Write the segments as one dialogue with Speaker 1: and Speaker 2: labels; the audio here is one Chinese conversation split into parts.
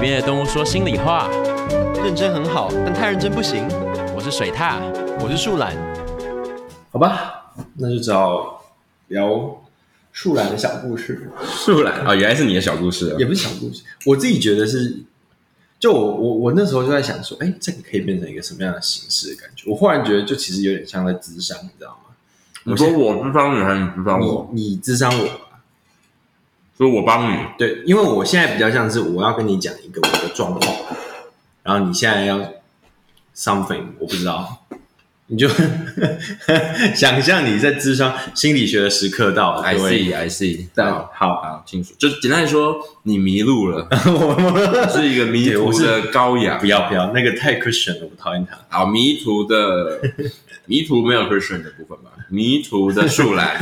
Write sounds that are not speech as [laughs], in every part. Speaker 1: 边的动物说心里话。
Speaker 2: 认真很好，但太认真不行。
Speaker 1: 我是水獭，
Speaker 2: 我是树懒，
Speaker 3: 好吧，那就只好聊树懒的小故事，
Speaker 4: 树懒啊、原来是你的小故事啊
Speaker 3: 也不是小故事，我自己觉得是，就我我我那时候就在想说，哎，这个可以变成一个什么样的形式的感觉？我忽然觉得，就其实有点像在智商，你知道吗？
Speaker 4: 你说我不帮你，还是你不帮我？
Speaker 3: 你你智商我吧，
Speaker 4: 说我帮你，
Speaker 3: 对，因为我现在比较像是我要跟你讲一个我的状况，然后你现在要 something，我不知道，你就 [laughs] 想象你在智商心理学的时刻到了，
Speaker 4: I
Speaker 3: 各位
Speaker 4: see，I see，
Speaker 3: 但哦 [laughs] 好，
Speaker 4: 好清楚。就简单来说，你迷路 [laughs] 了，是一个迷
Speaker 3: 对
Speaker 4: 途
Speaker 3: 我是
Speaker 4: 的羔羊
Speaker 3: 不。要不要，那个太 Christian 了，我讨厌他。 [laughs]
Speaker 4: 好，迷途的 [laughs] 迷途没有 Christian 的部分吧？迷途的树懒，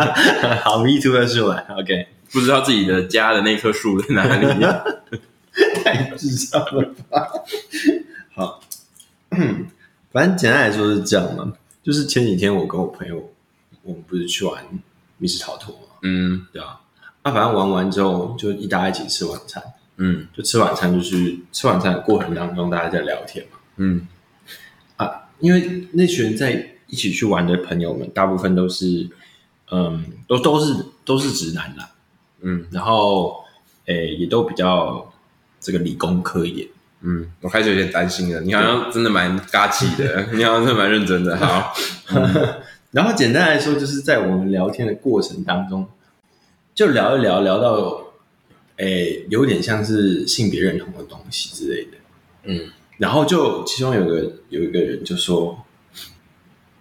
Speaker 4: [laughs]
Speaker 3: 好，Me Too 的树懒，OK，
Speaker 4: 不知道自己的家的那棵树在哪 [laughs] 里。
Speaker 3: 太智障了吧？好， [clears throat] 反正简单来说是这样嘛，就是前几天我跟我朋友，我们不是去玩密室逃脱嘛，
Speaker 4: 嗯
Speaker 3: 对啊，那、反正玩完之后就一大家一起吃晚餐，
Speaker 4: 嗯
Speaker 3: 就吃晚餐就去吃晚餐的过程当中，大家在聊天嘛，
Speaker 4: 嗯，
Speaker 3: 啊，因为那群在一起去玩的朋友们，大部分都是，嗯，都都是都是直男啦，
Speaker 4: 嗯
Speaker 3: 然后诶、也都比较这个理工科一点。
Speaker 4: 嗯，我开始有点担心了。你好像真的蛮嘎气 [laughs] 的，你好像真的蛮认真的。好，
Speaker 3: 然后简单来说，就是在我们聊天的过程当中，就聊一聊，聊到诶、有点像是性别认同的东西之类的。
Speaker 4: 嗯，
Speaker 3: 然后就其中有个有一个人就说，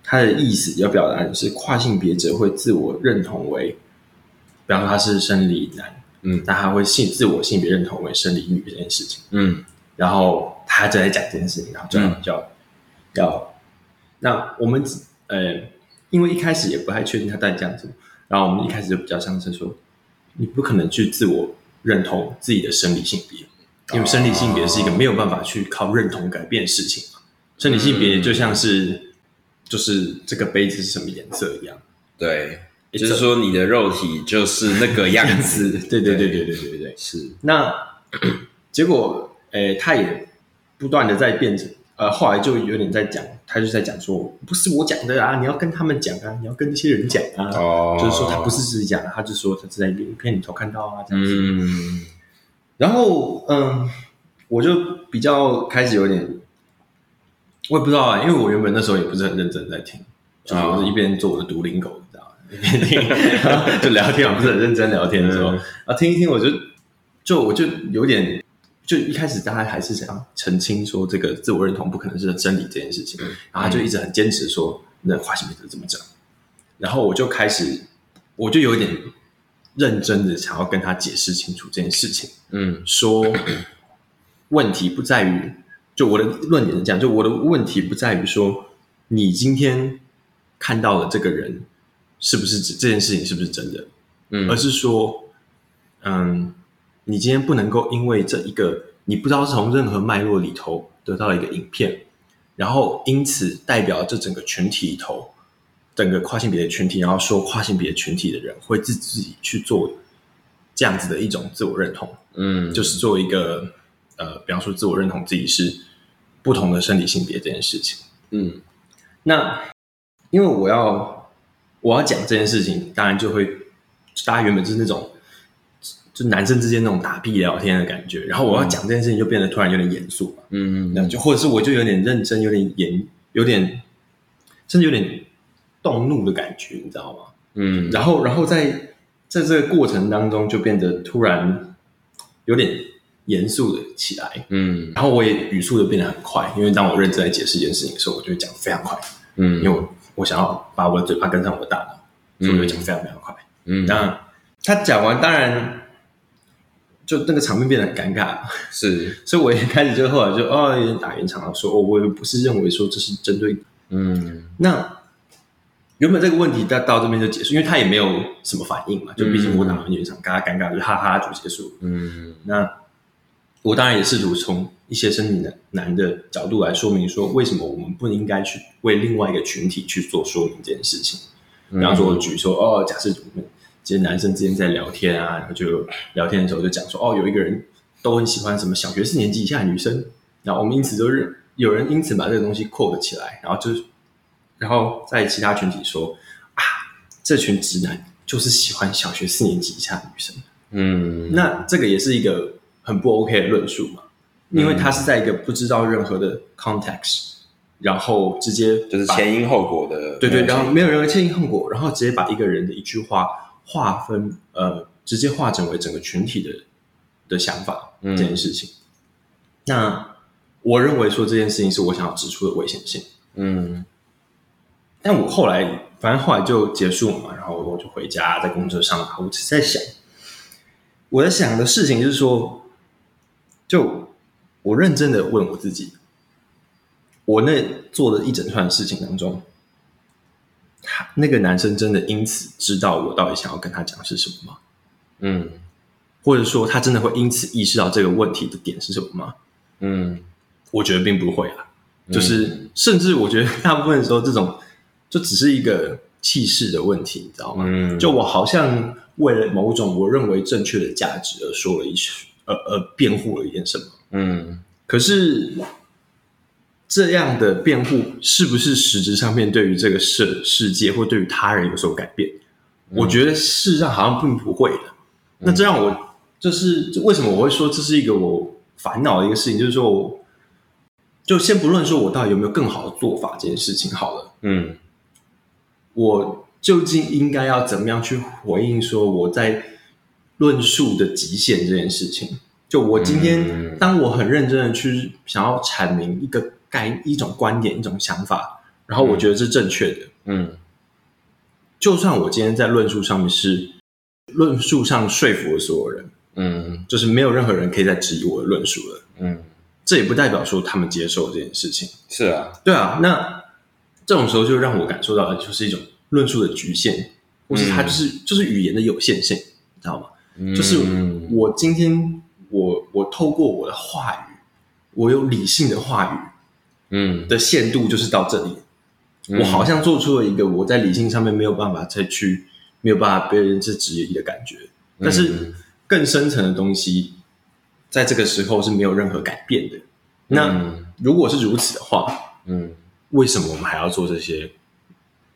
Speaker 3: 他的意思要表达就是跨性别者会自我认同为，比方说他是生理男，
Speaker 4: 嗯
Speaker 3: 那他会性自我性别认同为生理女这件事情。
Speaker 4: 嗯
Speaker 3: 然后他就在讲这件事情，然后就要、
Speaker 4: 嗯
Speaker 3: 就要要，那我们只呃，因为一开始也不太确定他到底讲什么，然后我们一开始就比较像是说，你不可能去自我认同自己的生理性别，因为生理性别是一个没有办法去靠认同改变的事情嘛，生理性别就像是、就是这个杯子是什么颜色一样，
Speaker 4: 对，
Speaker 3: It's
Speaker 4: 就是说你的肉体就是那个样子。
Speaker 3: [laughs] 对对对对对对对对。
Speaker 4: 是，
Speaker 3: 那 [coughs] 结果，诶、他也不断的在变成，呃，后来就有点在讲，他就在讲说，不是我讲的啊，你要跟他们讲啊，你要跟那些人讲啊，
Speaker 4: [laughs] 哦
Speaker 3: 就是说他不是自己讲，他就说他是在影片里头看到啊，这样子。
Speaker 4: 嗯
Speaker 3: 然后，嗯，我就比较开始有点，我也不知道啊，因为我原本那时候也不是很认真在听，就是我是一边做我的独领狗，你知道吗？一边听，然后就聊天，我不是很认真聊天的时候，
Speaker 4: 嗯
Speaker 3: 然后听一听，我就就我就有点，就一开始大家还是想要澄清说这个自我认同不可能是真理这件事情，然后他就一直很坚持说那跨性别者怎么讲，然后我就开始，我就有点认真的想要跟他解释清楚这件事情。
Speaker 4: 嗯
Speaker 3: 说问题不在于，就我的论点是这样，就我的问题不在于说你今天看到的这个人是不是指这件事情是不是真的，
Speaker 4: 嗯
Speaker 3: 而是说，嗯，你今天不能够因为这一个你不知道是从任何脉络里头得到了一个影片，然后因此代表这整个群体里头，整个跨性别的群体，然后说跨性别群体的人会自自己去做这样子的一种自我认同。
Speaker 4: 嗯，
Speaker 3: 就是作为一个呃，比方说自我认同自己是不同的生理性别这件事情。
Speaker 4: 嗯
Speaker 3: 那因为我要我要讲这件事情，当然就会大家原本就是那种就男生之间那种打屁聊天的感觉，然后我要讲这件事情就变得突然有点严肃了，
Speaker 4: 嗯
Speaker 3: 那、
Speaker 4: 嗯
Speaker 3: 就或者是我就有点认真，有点严，有点甚至有点动怒的感觉，你知道吗？
Speaker 4: 嗯，
Speaker 3: 然后，然后在在这个过程当中，就变得突然有点严肃的起来。
Speaker 4: 嗯
Speaker 3: 然后我也语速就变得很快，因为当我认真在解释一件事情的时候，我就会讲非常快，
Speaker 4: 嗯，
Speaker 3: 因为我我想要把我的嘴巴跟上我的大脑，所以我就讲非常非常快。
Speaker 4: 嗯
Speaker 3: 当然，他讲完，当然就那个场面变得很尴尬，
Speaker 4: 是
Speaker 3: 所以我一开始就后来就哦有点打圆场了，说哦我也不是认为说这是针对
Speaker 4: 嗯
Speaker 3: 那原本这个问题到到这边就结束，因为他也没有什么反应嘛，就毕竟我打完圆场，跟他尴尬就哈哈就结束了。
Speaker 4: 嗯
Speaker 3: 那我当然也试图从一些生理男男的角度来说明说，为什么我们不应该去为另外一个群体去做说明这件事情。比方
Speaker 4: 嗯
Speaker 3: 说，我举说哦，假设我们这些男生之间在聊天啊，然后就聊天的时候就讲说，哦，有一个人都很喜欢什么小学四年级以下的女生，然后我们因此就认有人因此把这个东西 quote 起来，然后就是然后在其他群体说啊，这群直男就是喜欢小学四年级以下的女生，
Speaker 4: 嗯，
Speaker 3: 那这个也是一个很不 OK 的论述嘛，
Speaker 4: 嗯
Speaker 3: 因为他是在一个不知道任何的 context，然后直接
Speaker 4: 就是
Speaker 3: 把
Speaker 4: 前因后果的，
Speaker 3: 对对，然后没有任何歉意恨果，然后直接把一个人的一句话划分，呃，直接化整为整个群体的的想法
Speaker 4: 嗯
Speaker 3: 这件事情。那我认为说这件事情是我想要指出的危险性，
Speaker 4: 嗯
Speaker 3: 但我后来反正后来就结束了嘛，然后我就回家，在公车上，然后我只在想，我在想的事情就是说，就我认真的问我自己，我那做的一整串事情当中，他那个男生真的因此知道我到底想要跟他讲是什么吗？
Speaker 4: 嗯
Speaker 3: 或者说他真的会因此意识到这个问题的点是什么吗？
Speaker 4: 嗯，
Speaker 3: 我觉得并不会啊，就是甚至我觉得大部分的时候，这种就只是一个气势的问题，你知道吗？
Speaker 4: 嗯
Speaker 3: 就我好像为了某种我认为正确的价值而说了一句，呃呃，辩护了一点什么。
Speaker 4: 嗯
Speaker 3: 可是这样的辩护是不是实质上面对于这个世世界或对于他人有所改变？我觉得事实上好像并不会的。那这让我就是这为什么我会说这是一个我烦恼的一个事情，就是说我就先不论说我到底有没有更好的做法这件事情好了，
Speaker 4: 嗯
Speaker 3: 我究竟应该要怎么样去回应说我在论述的极限这件事情？就我今天，
Speaker 4: 嗯
Speaker 3: 当我很认真的去想要阐明一个概、一种观点、一种想法，然后我觉得是正确的，
Speaker 4: 嗯
Speaker 3: 就算我今天在论述上面是论述上说服了所有人，
Speaker 4: 嗯
Speaker 3: 就是没有任何人可以再质疑我的论述了，
Speaker 4: 嗯，
Speaker 3: 这也不代表说他们接受这件事情。
Speaker 4: 是啊，
Speaker 3: 对啊，那这种时候就让我感受到的就是一种论述的局限，或是它就是、就是语言的有限性，你知道吗？就是
Speaker 4: 嗯
Speaker 3: 我今天我我透过我的话语，我有理性的话语
Speaker 4: 嗯，
Speaker 3: 的限度就是到这里，我好像做出了一个我在理性上面没有办法再去没有办法被人去质疑的感觉，但是更深层的东西，在这个时候是没有任何改变的。那
Speaker 4: 嗯
Speaker 3: 如果是如此的话，
Speaker 4: 嗯
Speaker 3: 为什么我们还要做这些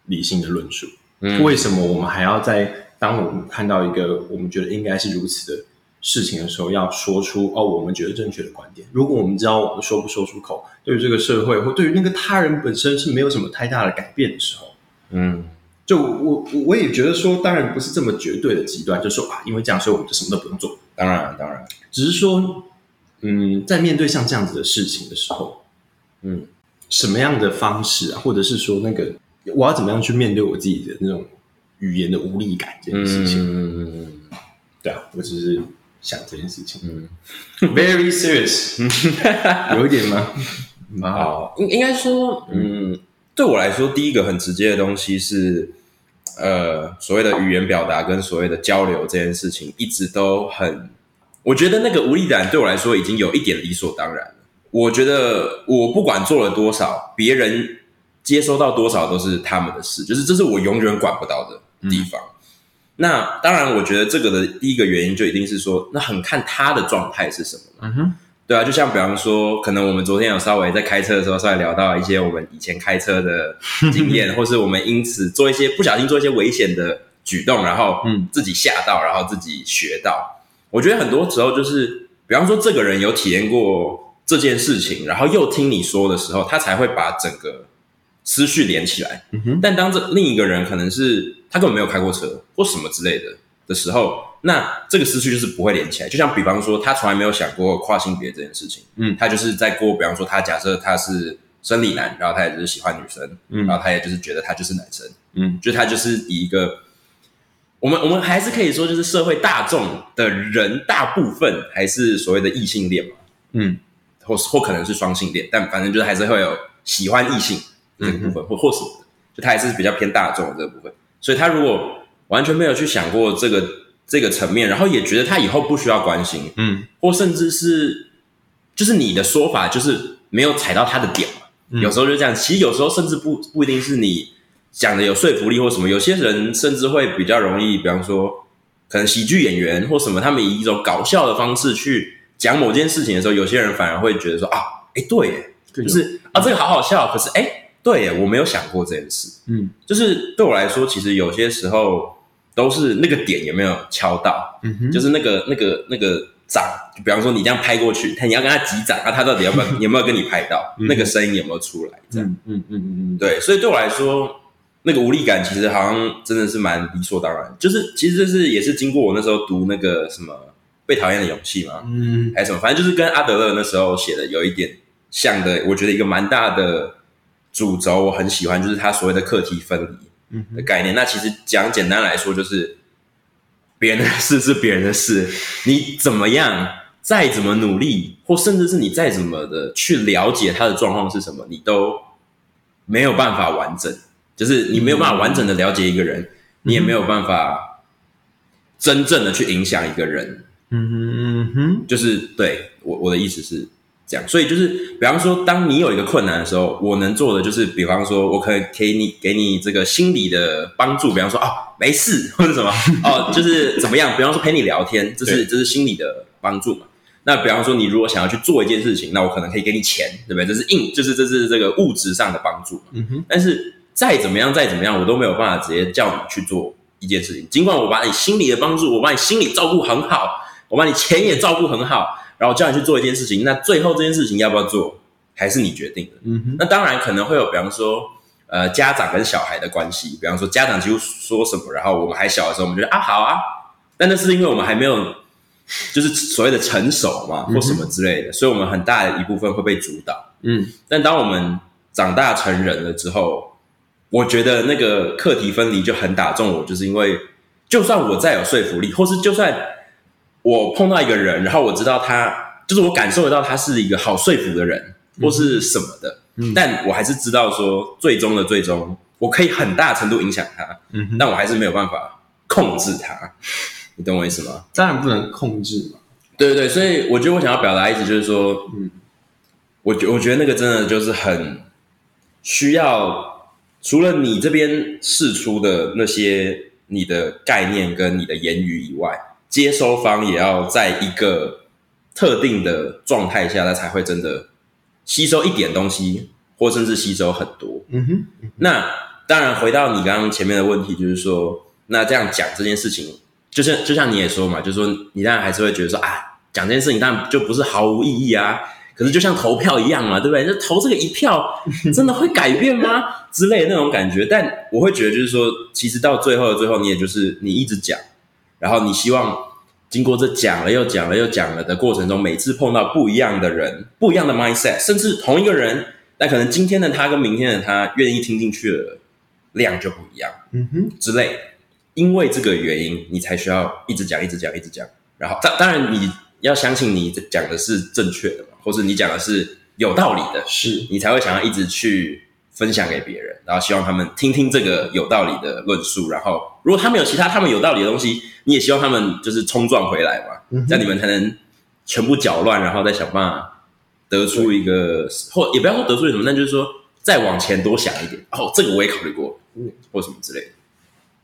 Speaker 3: 理性的论述？
Speaker 4: 嗯
Speaker 3: 为什么我们还要在当我们看到一个我们觉得应该是如此的事情的时候，要说出哦我们觉得正确的观点？如果我们知道我们说不说出口，对于这个社会或对于那个他人本身是没有什么太大的改变的时候，
Speaker 4: 嗯
Speaker 3: 就我我我也觉得说，当然不是这么绝对的极端，就说啊，因为这样，所以我们就什么都不用做。
Speaker 4: 当然当然，
Speaker 3: 只是说，嗯，在面对像这样子的事情的时候，
Speaker 4: 嗯，
Speaker 3: 什么样的方式啊，或者是说那个我要怎么样去面对我自己的那种语言的无力感这件事情？
Speaker 4: 嗯
Speaker 3: 对啊，我只是想这件事情、
Speaker 4: 嗯
Speaker 3: v e r y serious，有 [laughs] 一点吗？蛮好，
Speaker 4: 好，应应该说，嗯，对我来说，第一个很直接的东西是，呃，所谓的语言表达跟所谓的交流这件事情，一直都很，我觉得那个无力感对我来说已经有一点理所当然了。我觉得我不管做了多少，别人接收到多少都是他们的事，就是这是我永远管不到的地方。那当然，我觉得这个的第一个原因就一定是说，那很看他的状态是什么
Speaker 3: 嗯
Speaker 4: 嘛。
Speaker 3: 哼，
Speaker 4: 对啊，就像比方说，可能我们昨天有稍微在开车的时候稍微聊到一些我们以前开车的经验，或是我们因此做一些不小心做一些危险的举动，然后
Speaker 3: 嗯
Speaker 4: 自己吓到，然后自己学到。我觉得很多时候就是，比方说这个人有体验过这件事情，然后又听你说的时候，他才会把整个思绪连起来。
Speaker 3: 嗯哼，
Speaker 4: 但当这另一个人可能是他根本没有开过车或什么之类的的时候，那这个思绪就是不会连起来。就像比方说，他从来没有想过跨性别这件事情，
Speaker 3: 嗯
Speaker 4: 他就是在过，比方说他假设他是生理男，然后他也就是喜欢女生，
Speaker 3: 嗯
Speaker 4: 然后他也就是觉得他就是男生，
Speaker 3: 嗯，
Speaker 4: 就他就是以一个。我们我们还是可以说，就是社会大众的人大部分还是所谓的异性恋嘛，
Speaker 3: 嗯，
Speaker 4: 或或可能是双性恋，但反正就是还是会有喜欢异性这个部分，或或什么的，就他还是比较偏大众的这个部分。所以他如果完全没有去想过这个这个层面，然后也觉得他以后不需要关心，
Speaker 3: 嗯，
Speaker 4: 或甚至是就是你的说法就是没有踩到他的点嘛。
Speaker 3: 嗯
Speaker 4: 有时候就这样，其实有时候甚至不不一定是你讲的有说服力或什么，有些人甚至会比较容易，比方说可能喜剧演员或什么，他们以一种搞笑的方式去讲某件事情的时候，有些人反而会觉得说啊，哎，对耶，就是啊，这个好好笑，可是哎，对耶，我没有想过这件事。
Speaker 3: 嗯
Speaker 4: 就是对我来说，其实有些时候都是那个点有没有敲到，
Speaker 3: 嗯哼，
Speaker 4: 就是那个那个那个掌，就比方说你这样拍过去，他你要跟他击掌，那、啊、他到底要不 [laughs] 要有没有跟你拍到，
Speaker 3: 嗯
Speaker 4: 那个声音有没有出来？这样、
Speaker 3: 嗯嗯嗯嗯嗯，
Speaker 4: 对，所以对我来说，那个无力感其实好像真的是蛮理所当然，就是其实这是也是经过我那时候读那个什么被讨厌的勇气嘛，
Speaker 3: 嗯
Speaker 4: 还是什么，反正就是跟阿德勒那时候写的有一点像的，我觉得一个蛮大的主轴，我很喜欢，就是他所谓的课题分离
Speaker 3: 嗯
Speaker 4: 的概念。那其实讲简单来说，就是别人的事是别人的事， [laughs] 你怎么样，再怎么努力，或甚至是你再怎么的去了解他的状况是什么，你都没有办法完整，就是你没有办法完整的了解一个人，你也没有办法真正的去影响一个人。
Speaker 3: 嗯哼
Speaker 4: 就是对我我的意思是这样，所以就是比方说，当你有一个困难的时候，我能做的就是，比方说，我可以给你给你这个心理的帮助，比方说哦没事或者什么哦就是怎么样，比方说陪你聊天，这是这是心理的帮助嘛。那比方说，你如果想要去做一件事情，那我可能可以给你钱，对不对？这是硬，就是这是这个物质上的帮助嘛。
Speaker 3: 嗯哼，
Speaker 4: 但是再怎么样，再怎么样，我都没有办法直接叫你去做一件事情。尽管我把你心理的帮助，我把你心理照顾很好，我把你钱也照顾很好，然后叫你去做一件事情，那最后这件事情要不要做，还是你决定的。
Speaker 3: 嗯哼，
Speaker 4: 那当然可能会有，比方说，呃，家长跟小孩的关系，比方说家长几乎说什么，然后我们还小的时候，我们觉得啊好啊，但那是因为我们还没有，就是所谓的成熟嘛，或什么之类的，所以我们很大的一部分会被主导。
Speaker 3: 嗯
Speaker 4: 但当我们长大成人了之后，我觉得那个课题分离就很打中我，就是因为就算我再有说服力，或是就算我碰到一个人，然后我知道他，就是我感受得到他是一个好说服的人，或是什么的，
Speaker 3: 嗯
Speaker 4: 但我还是知道说，最终的最终，我可以很大程度影响他，
Speaker 3: 嗯哼，
Speaker 4: 但我还是没有办法控制他，你懂我意思吗？
Speaker 3: 当然不能控制嘛，
Speaker 4: 对对对，所以我觉得我想要表达的意思就是说，
Speaker 3: 嗯
Speaker 4: 嗯，我觉我觉得那个真的就是很需要，除了你这边试出的那些你的概念跟你的言语以外，接收方也要在一个特定的状态下，他才会真的吸收一点东西，或甚至吸收很多。
Speaker 3: 嗯哼，
Speaker 4: 那当然，回到你刚刚前面的问题，就是说，那这样讲这件事情，就像就像你也说嘛，就是说你当然还是会觉得说啊，讲这件事情当然就不是毫无意义啊。可是就像投票一样嘛，对不对？就投这个一票，真的会改变吗？之类的那种感觉。但我会觉得，就是说，其实到最后的最后，你也就是你一直讲，然后你希望经过这讲了又讲了又讲了的过程中，每次碰到不一样的人、不一样的 mindset，甚至同一个人，但可能今天的他跟明天的他愿意听进去的量就不一样
Speaker 3: 嗯哼，
Speaker 4: 之类的。因为这个原因，你才需要一直讲、一直讲、一直讲。然后，当当然你要相信你讲的是正确的嘛，或是你讲的是有道理的，
Speaker 3: 是，
Speaker 4: 你才会想要一直去分享给别人，然后希望他们听听这个有道理的论述，然后如果他们有其他他们有道理的东西，你也希望他们就是冲撞回来嘛，
Speaker 3: 嗯哼
Speaker 4: 这样你们才能全部搅乱，然后再想办法得出一个，或也不要说得出一个什么，但就是说再往前多想一点，哦，这个我也考虑过
Speaker 3: 嗯，
Speaker 4: 或什么之类的，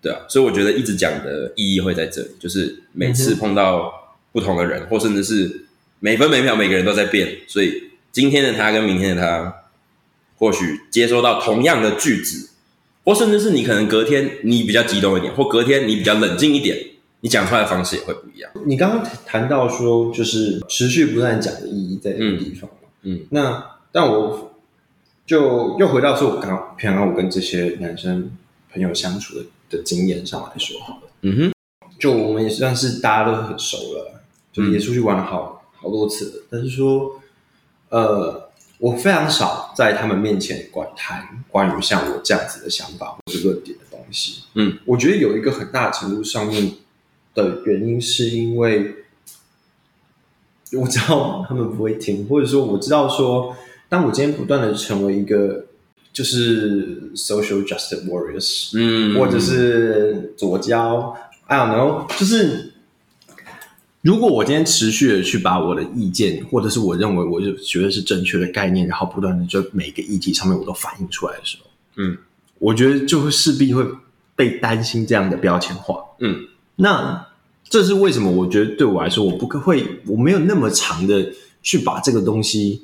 Speaker 4: 对啊，所以我觉得一直讲的意义会在这里，就是每次碰到不同的人，
Speaker 3: 嗯
Speaker 4: 或甚至是每分每秒每个人都在变，所以今天的他跟明天的他，或许接收到同样的句子，或甚至是你可能隔天你比较激动一点，或隔天你比较冷静一点，你讲出来的方式也会不一样。
Speaker 2: 你刚刚谈到说，就是持续不断讲的意义在这个地方嘛
Speaker 4: 嗯嗯
Speaker 2: 那但我就又回到说，我刚平常我跟这些男生朋友相处的的经验上来说好了，
Speaker 4: 嗯哼，
Speaker 2: 就我们也算是大家都很熟了，就是也出去玩了好好多次了，但是说，呃，我非常少在他们面前管谈关于像我这样子的想法或者论点的东西。
Speaker 4: 嗯，
Speaker 2: 我觉得有一个很大程度上面的原因，是因为我知道他们不会听，或者说我知道说，当我今天不断的成为一个就是 social justice warriors，
Speaker 4: 嗯，
Speaker 2: 或者是左交，I don't know，就是
Speaker 3: 如果我今天持续的去把我的意见，或者是我认为我就觉得是正确的概念，然后不断的就每个议题上面我都反映出来的时候，
Speaker 4: 嗯，
Speaker 3: 我觉得就会势必会被担心这样的标签化。
Speaker 4: 嗯，
Speaker 3: 那这是为什么？我觉得对我来说，我不会，我没有那么长的去把这个东西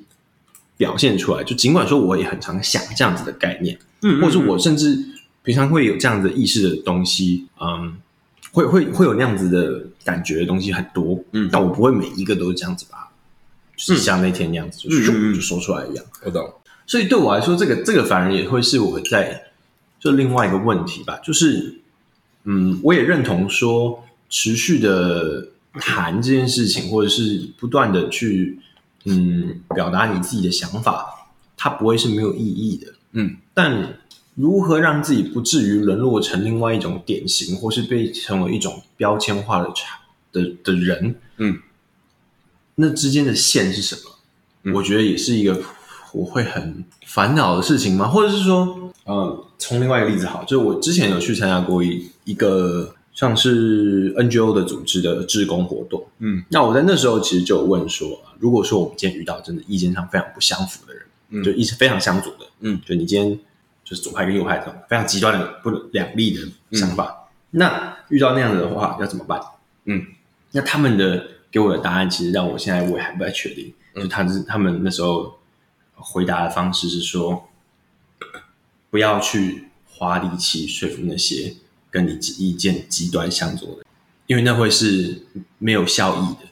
Speaker 3: 表现出来。就尽管说我也很常想这样子的概念，
Speaker 4: 嗯
Speaker 3: 或者我甚至平常会有这样子的意识的东西，嗯，会会会有那样子的感觉的东西很多，
Speaker 4: 嗯
Speaker 3: 但我不会每一个都是这样子吧，就是像那天那样子，就
Speaker 4: 嗯
Speaker 3: 咻、
Speaker 4: 嗯嗯
Speaker 3: 就说出来一样。
Speaker 4: 我懂，
Speaker 3: 所以对我来说，这个这个反而也会是我在这另外一个问题吧，就是嗯，我也认同说持续的谈这件事情，或者是不断的去嗯表达你自己的想法，它不会是没有意义的，
Speaker 4: 嗯，
Speaker 3: 但如何让自己不至于沦落成另外一种典型，或是被成为一种标签化的产的的人，
Speaker 4: 嗯，
Speaker 3: 那之间的线是什么？
Speaker 4: 嗯
Speaker 3: 我觉得也是一个我会很烦恼的事情吗？或者是说，呃，从另外一个例子好，就是我之前有去参加过一一个像是 NGO 的组织的志工活动，
Speaker 4: 嗯，
Speaker 3: 那我在那时候其实就有问说，如果说我们今天遇到真的意见上非常不相符的人，
Speaker 4: 嗯
Speaker 3: 就意见非常相左的，
Speaker 4: 嗯，
Speaker 3: 就你今天就是左派跟右派这种非常极端的不能两立的想法，那遇到那样子的话要怎么办？
Speaker 4: 嗯，
Speaker 3: 那他们的给我的答案，其实让我现在我也还不太确定。
Speaker 4: 嗯
Speaker 3: 就他是他们那时候回答的方式是说，不要去花力气说服那些跟你意见极端相左的人，因为那会是没有效益的。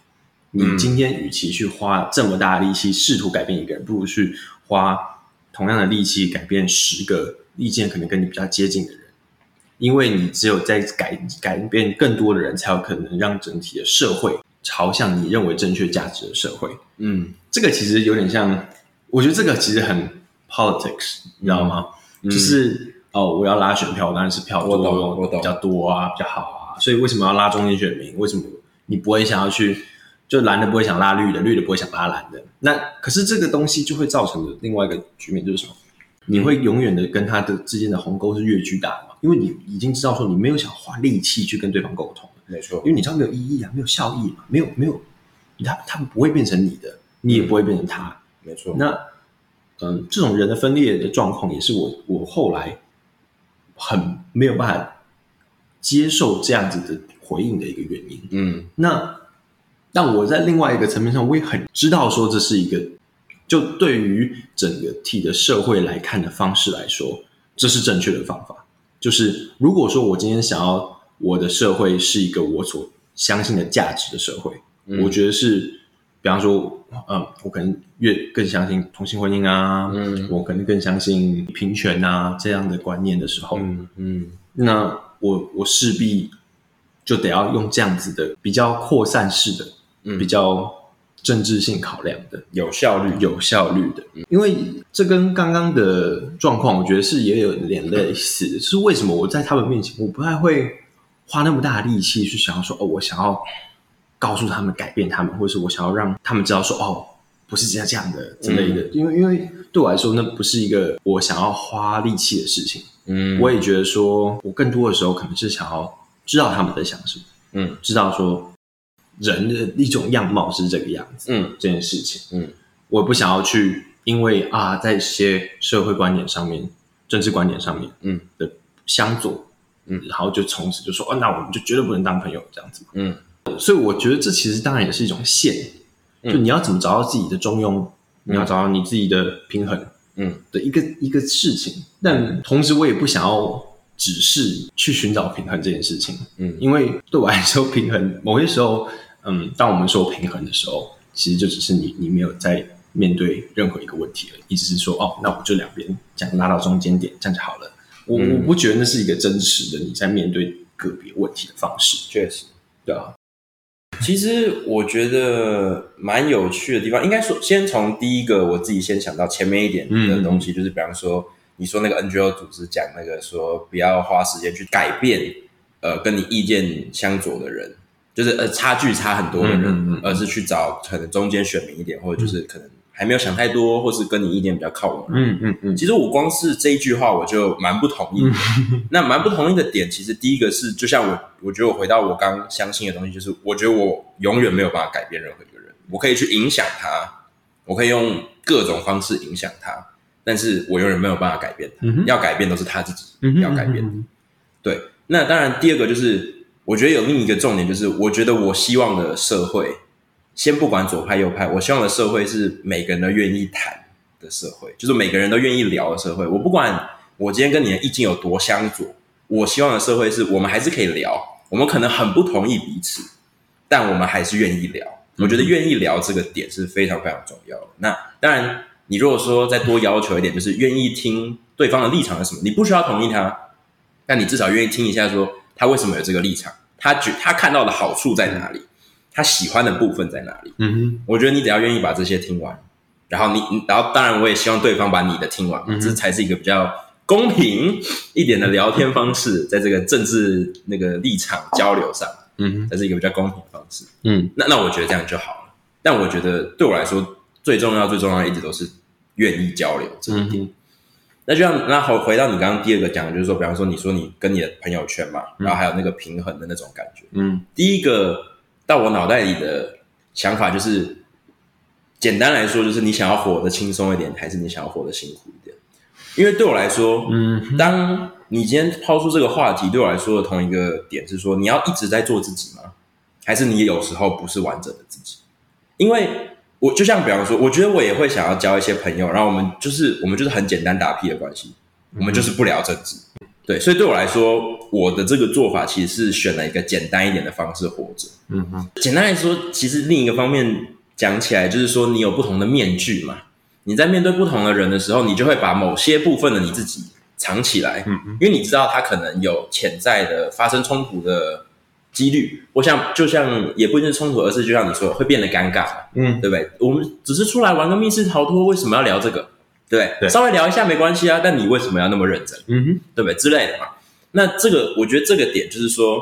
Speaker 3: 你
Speaker 4: 嗯
Speaker 3: 今天与其去花这么大的力气试图改变一个人，不如去花同样的力气改变十个意见可能跟你比较接近的人。因为你只有在改改变更多的人，才有可能让整体的社会朝向你认为正确价值的社会。
Speaker 4: 嗯
Speaker 3: 这个其实有点像，我觉得这个其实很 politics，你知道吗？就是哦，我要拉选票，我当然是票
Speaker 4: 嗯我
Speaker 3: 多
Speaker 4: 懂我懂
Speaker 3: 比较多啊，比较好啊。所以为什么要拉中间选民？为什么你不会想要去？就蓝的不会想拉绿的，绿的不会想拉蓝的。那可是这个东西就会造成的另外一个局面就是什么？你会永远的跟他的之间的鸿沟是越巨大的嘛？因为你已经知道说你没有想花力气去跟对方沟通。
Speaker 4: 没错
Speaker 3: 因，为你知道没有意义啊，没有效益嘛，没有没有，他他们不会变成你的，你也不会变成他。
Speaker 4: 没错，
Speaker 3: 那嗯、这种人的分裂的状况，也是我我后来很没有办法接受这样子的回应的一个原因。
Speaker 4: 嗯
Speaker 3: 那但我在另外一个层面上，我也很知道说这是一个，就对于整个体的社会来看的方式来说，这是正确的方法。就是如果说我今天想要我的社会是一个我所相信的价值的社会，
Speaker 4: 嗯
Speaker 3: 我觉得是，比方说，嗯，我可能越更相信同性婚姻啊，
Speaker 4: 嗯
Speaker 3: 我可能更相信平权啊这样的观念的时候，
Speaker 4: 嗯嗯
Speaker 3: 那我我势必就得要用这样子的比较扩散式的、
Speaker 4: 嗯
Speaker 3: 比较政治性考量的、
Speaker 4: 有效率，嗯
Speaker 3: 有效率的，因为这跟刚刚的状况，我觉得是也有点类似。是为什么我在他们面前，我不太会花那么大的力气去想要说，哦，我想要告诉他们改变他们，或者是我想要让他们知道说，哦，不是这样这样的之类
Speaker 4: 嗯
Speaker 3: 的。因为因为对我来说，那不是一个我想要花力气的事情。
Speaker 4: 嗯
Speaker 3: 我也觉得说，我更多的时候可能是想要知道他们在想什么，
Speaker 4: 嗯，
Speaker 3: 知道说人的一种样貌是这个样子，
Speaker 4: 嗯，
Speaker 3: 这件事情，
Speaker 4: 嗯，
Speaker 3: 我不想要去因为啊，在一些社会观点上面、政治观点上面，
Speaker 4: 嗯
Speaker 3: 的相左，
Speaker 4: 嗯，
Speaker 3: 然后就从此就说，哦，那我们就绝对不能当朋友这样子，
Speaker 4: 嗯，
Speaker 3: 所以我觉得这其实当然也是一种线，
Speaker 4: 嗯
Speaker 3: 就你要怎么找到自己的中庸，你要
Speaker 4: 嗯
Speaker 3: 找到你自己的平衡，的一个一个事情，但同时我也不想要只是去寻找平衡这件事情，
Speaker 4: 嗯
Speaker 3: 因为对我来说，平衡某些时候，嗯，当我们说平衡的时候，其实就只是你你没有在面对任何一个问题了，一直是说哦，那我就两边这样拉到中间点，这样就好了。我我
Speaker 4: 嗯
Speaker 3: 不觉得那是一个真实的你在面对个别问题的方式，
Speaker 4: 确实。
Speaker 3: 对啊，
Speaker 4: 其实我觉得蛮有趣的地方，应该说先从第一个我自己先想到前面一点
Speaker 3: 嗯
Speaker 4: 的东西，就是比方说你说那个 NGO 组织讲那个说不要花时间去改变呃跟你意见相左的人，就是呃差距差很多的人，
Speaker 3: 嗯嗯嗯
Speaker 4: 而是去找可能中间选民一点，或者就是可能还没有想太多，或是跟你意见比较靠拢的
Speaker 3: 嗯
Speaker 4: 人
Speaker 3: 嗯嗯
Speaker 4: 其实我光是这一句话我就蛮不同意的。
Speaker 3: 嗯
Speaker 4: [laughs] 那蛮不同意的点，其实第一个是，就像我，我觉得我回到我刚相信的东西，就是我觉得我永远没有办法改变任何一个人，我可以去影响他，我可以用各种方式影响他，但是我永远没有办法改变他。
Speaker 3: 嗯哼
Speaker 4: 要改变都是他自己、
Speaker 3: 嗯哼
Speaker 4: 要改变。
Speaker 3: 嗯哼
Speaker 4: 对，那当然第二个就是我觉得有另一个重点就是，我觉得我希望的社会，先不管左派右派，我希望的社会是每个人都愿意谈的社会，就是每个人都愿意聊的社会。我不管我今天跟你的意见有多相左，我希望的社会是我们还是可以聊，我们可能很不同意彼此，但我们还是愿意聊。我觉得愿意聊这个点是非常非常重要的。那当然，你如果说再多要求一点，就是愿意听对方的立场是什么，你不需要同意他，但你至少愿意听一下，说他为什么有这个立场，他觉他看到的好处在哪里，他喜欢的部分在哪里。
Speaker 3: 嗯哼，
Speaker 4: 我觉得你只要愿意把这些听完，然后你，你然后当然我也希望对方把你的听完，这才是一个比较公平一点的聊天方式，在这个政治那个立场交流上，
Speaker 3: 嗯哼，
Speaker 4: 才是一个比较公平的方式。
Speaker 3: 嗯，
Speaker 4: 那那我觉得这样就好了。但我觉得对我来说，最重要最重要一直都是愿意交流
Speaker 3: 嗯
Speaker 4: 这一点。那就像那回回到你刚刚第二个讲的，就是说，比方说你说你跟你的朋友圈嘛，然后还有那个平衡的那种感觉。
Speaker 3: 嗯，
Speaker 4: 第一个到我脑袋里的想法就是，简单来说就是你想要活得轻松一点，还是你想要活得辛苦一点？因为对我来说，嗯，当你今天抛出这个话题，对我来说的同一个点是说，你要一直在做自己吗？还是你有时候不是完整的自己？因为我就像比方说，我觉得我也会想要交一些朋友，然后我们就是我们就是很简单打屁的关系，我们就是不聊政治。对，所以对我来说，我的这个做法其实是选了一个简单一点的方式活着。
Speaker 3: 嗯哼，
Speaker 4: 简单来说，其实另一个方面讲起来，就是说你有不同的面具嘛。你在面对不同的人的时候，你就会把某些部分的你自己藏起来，
Speaker 3: 嗯嗯，
Speaker 4: 因为你知道他可能有潜在的发生冲突的几率。我想，就像也不一定是冲突，而是就像你说，会变得尴尬，
Speaker 2: 嗯，
Speaker 4: 对不对？我们只是出来玩个密室逃脱，为什么要聊这个？对不
Speaker 3: 对
Speaker 4: 稍微聊一下没关系啊，但你为什么要那么认真？
Speaker 3: 嗯哼，
Speaker 4: 对不对之类的嘛。那这个我觉得这个点就是说，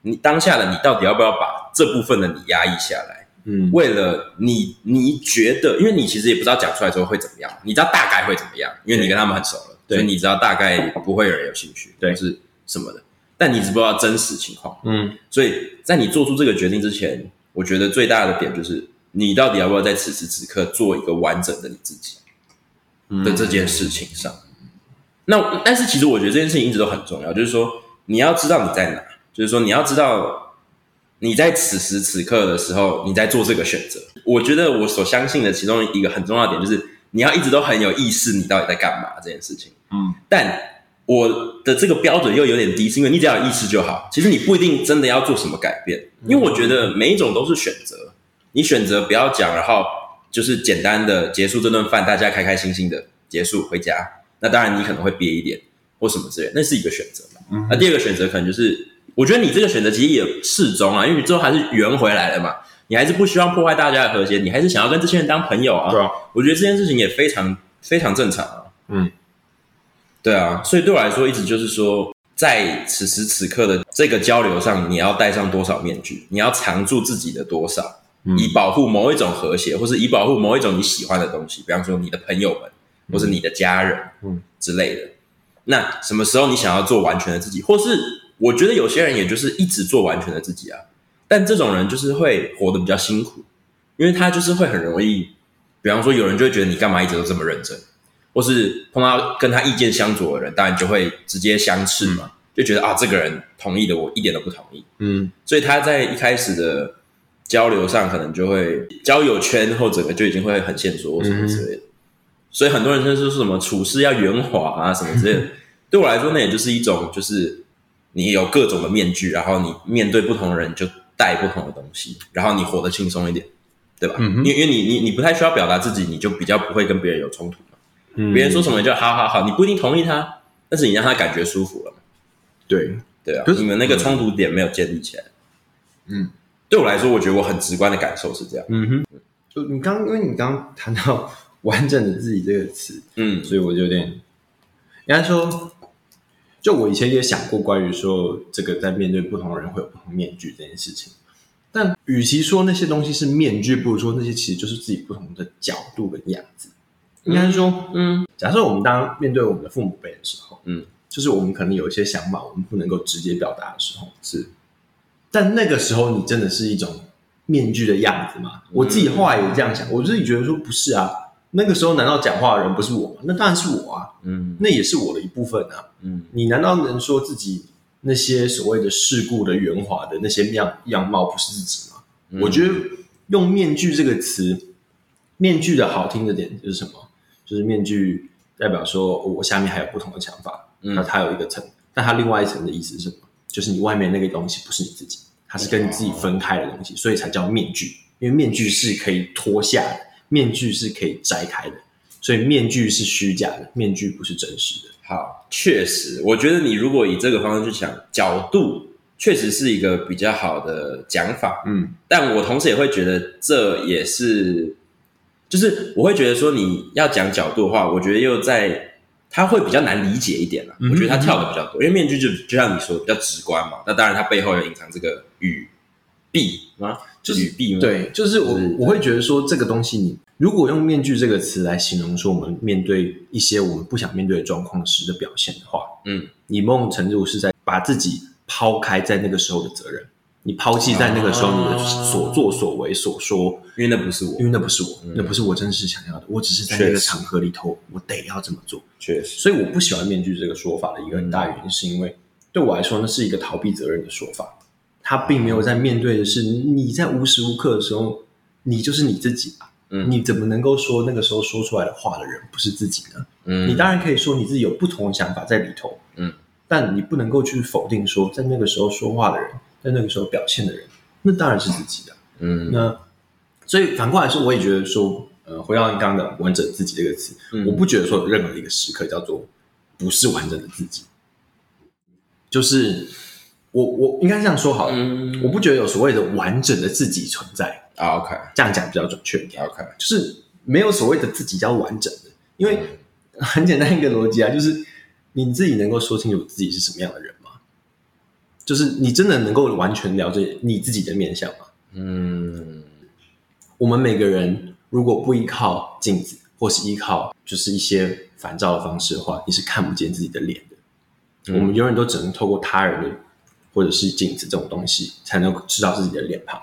Speaker 4: 你当下的你到底要不要把这部分的你压抑下来？
Speaker 3: 嗯，
Speaker 4: 为了你，你觉得，因为你其实也不知道讲出来之后会怎么样，你知道大概会怎么样，因为你跟他们很熟了，
Speaker 3: 对
Speaker 4: 所以你知道大概不会有人有兴趣，
Speaker 3: 对
Speaker 4: 或是什么的，但你只不知道真实情况。
Speaker 3: 嗯，
Speaker 4: 所以在你做出这个决定之前，我觉得最大的点就是你到底要不要在此时此刻做一个完整的你自己的这件事情上。那但是其实我觉得这件事情一直都很重要，就是说你要知道你在哪，就是说你要知道你在此时此刻的时候你在做这个选择。我觉得我所相信的其中一个很重要的点就是你要一直都很有意识你到底在干嘛这件事情。
Speaker 3: 嗯，
Speaker 4: 但我的这个标准又有点低，是因为你只要有意识就好。其实你不一定真的要做什么改变，因为我觉得每一种都是选择。你选择不要讲，然后就是简单的结束这顿饭，大家开开心心的结束回家。那当然你可能会憋一点或什么之类，那是一个选择嘛。那第二个选择可能就是，我觉得你这个选择其实也适中啊，因为你最后还是圆回来了嘛。你还是不希望破坏大家的和谐，你还是想要跟这些人当朋友啊。
Speaker 3: 对啊，
Speaker 4: 我觉得这件事情也非常非常正常啊。
Speaker 3: 嗯，
Speaker 4: 对啊，所以对我来说，一直就是说，在此时此刻的这个交流上，你要戴上多少面具，你要藏住自己的多少，
Speaker 3: 嗯
Speaker 4: 以保护某一种和谐，或是以保护某一种你喜欢的东西，比方说你的朋友们，或是你的家人，
Speaker 3: 嗯
Speaker 4: 之类的。那什么时候你想要做完全的自己，或是我觉得有些人也就是一直做完全的自己啊，但这种人就是会活得比较辛苦，因为他就是会很容易，比方说有人就会觉得你干嘛一直都这么认真，或是碰到跟他意见相左的人，当然就会直接相斥嘛，就觉得啊这个人同意的我一点都不同意，
Speaker 3: 嗯，
Speaker 4: 所以他在一开始的交流上可能就会交友圈或整个就已经会很线索或什么之类的，所以很多人就是说什么处事要圆滑啊什么之类的，对我来说那也就是一种就是你有各种的面具，然后你面对不同的人就带不同的东西，然后你活得轻松一点，对吧？
Speaker 3: 嗯哼
Speaker 4: 因为因为你你你不太需要表达自己，你就比较不会跟别人有冲突嘛。
Speaker 3: 嗯
Speaker 4: 别人说什么你就好好好，你不一定同意他，但是你让他感觉舒服了嘛。
Speaker 3: 对，
Speaker 4: 对啊
Speaker 3: 可，是
Speaker 4: 你们那个冲突点没有建立起来。
Speaker 2: 嗯，
Speaker 4: 对我来说，我觉得我很直观的感受是这样。
Speaker 3: 嗯哼，
Speaker 2: 就你刚，因为你刚刚谈到“完整的自己”这个词，
Speaker 4: 嗯
Speaker 3: 所以我就有点，
Speaker 2: 应该说，
Speaker 3: 就我以前也想过关于说这个在面对不同的人会有不同面具这件事情，但与其说那些东西是面具，不如说那些其实就是自己不同的角度跟样子。应该说，
Speaker 4: 嗯
Speaker 3: 假设我们当面对我们的父母辈的时候，
Speaker 4: 嗯，
Speaker 3: 就是我们可能有一些想法，我们不能够直接表达的时候，
Speaker 4: 是，
Speaker 3: 但那个时候你真的是一种面具的样子
Speaker 4: 嗯
Speaker 3: 吗？我自己后来也这样想，我自己觉得说不是啊，那个时候难道讲话的人不是我吗？那当然是我啊，
Speaker 4: 嗯
Speaker 3: 那也是我的一部分啊。
Speaker 4: 嗯
Speaker 3: 你难道能说自己那些所谓的事故的圆滑的那些样样貌不是自己吗？我觉得用“面具”这个词，面具的好听的点就是什么？就是面具代表说哦我下面还有不同的想法，
Speaker 4: 嗯
Speaker 3: 那它有一个层，但它另外一层的意思是什么？就是你外面那个东西不是你自己，它是跟你自己分开的东西，所以才叫面具。因为面具是可以脱下的，面具是可以摘开的，所以面具是虚假的，面具不是真实的。
Speaker 4: 好，确实，我觉得你如果以这个方向去想，角度确实是一个比较好的讲法。
Speaker 3: 嗯，
Speaker 4: 但我同时也会觉得这也是，就是我会觉得说你要讲角度的话，我觉得又在它会比较难理解一点啦。
Speaker 3: 嗯哼
Speaker 4: 我觉得它跳的比较多，因为面具就就像你说比较直观嘛。那当然，它背后有隐藏这个语弊吗？
Speaker 3: 就是
Speaker 4: 语弊吗？，
Speaker 3: 对，就是我
Speaker 4: 就是
Speaker 3: 我会觉得说这个东西你，如果用“面具”这个词来形容说我们面对一些我们不想面对的状况时的表现的话，
Speaker 4: 嗯，
Speaker 3: 你某种程度是在把自己抛开在那个时候的责任，你抛弃在那个时候你的
Speaker 4: 啊
Speaker 3: 所作所为所说，
Speaker 4: 因为那不是我
Speaker 3: 因，为那不是我
Speaker 4: 嗯，
Speaker 3: 那不是我真实想要的，我只是在
Speaker 4: 确
Speaker 3: 那个
Speaker 4: 实
Speaker 3: 场合里头，我得要这么做。
Speaker 4: 确实，
Speaker 3: 所以我不喜欢面具这个说法的一个很
Speaker 4: 嗯
Speaker 3: 大原因，是因为对我来说，那是一个逃避责任的说法。他并
Speaker 4: 哦
Speaker 3: 没有在面对的是你在无时无刻的时候，你就是你自己啊。
Speaker 4: 嗯
Speaker 3: 你怎么能够说那个时候说出来的话的人不是自己呢？
Speaker 4: 嗯，
Speaker 3: 你当然可以说你自己有不同的想法在里头，
Speaker 4: 嗯，
Speaker 3: 但你不能够去否定说在那个时候说话的人，在那个时候表现的人，那当然是自己的啊。
Speaker 4: 嗯
Speaker 3: 那所以反过来说，我也觉得说，呃，回到你刚刚的“完整自己”这个词，
Speaker 4: 嗯
Speaker 3: 我不觉得说有任何一个时刻叫做不是完整的自己。就是我我应该这样说好了，
Speaker 4: 嗯
Speaker 3: 我不觉得有所谓的完整的自己存在，
Speaker 4: 啊，OK
Speaker 3: 这样讲比较准确一点。
Speaker 4: OK，
Speaker 3: 就是没有所谓的自己叫完整的，因为
Speaker 4: 嗯
Speaker 3: 很简单一个逻辑啊，就是你自己能够说清楚自己是什么样的人吗？就是你真的能够完全了解你自己的面相吗？
Speaker 4: 嗯
Speaker 3: 我们每个人如果不依靠镜子，或是依靠就是一些烦躁的方式的话，你是看不见自己的脸的。我
Speaker 4: 嗯
Speaker 3: 们永远都只能透过他人的或者是镜子这种东西，才能够知道自己的脸庞。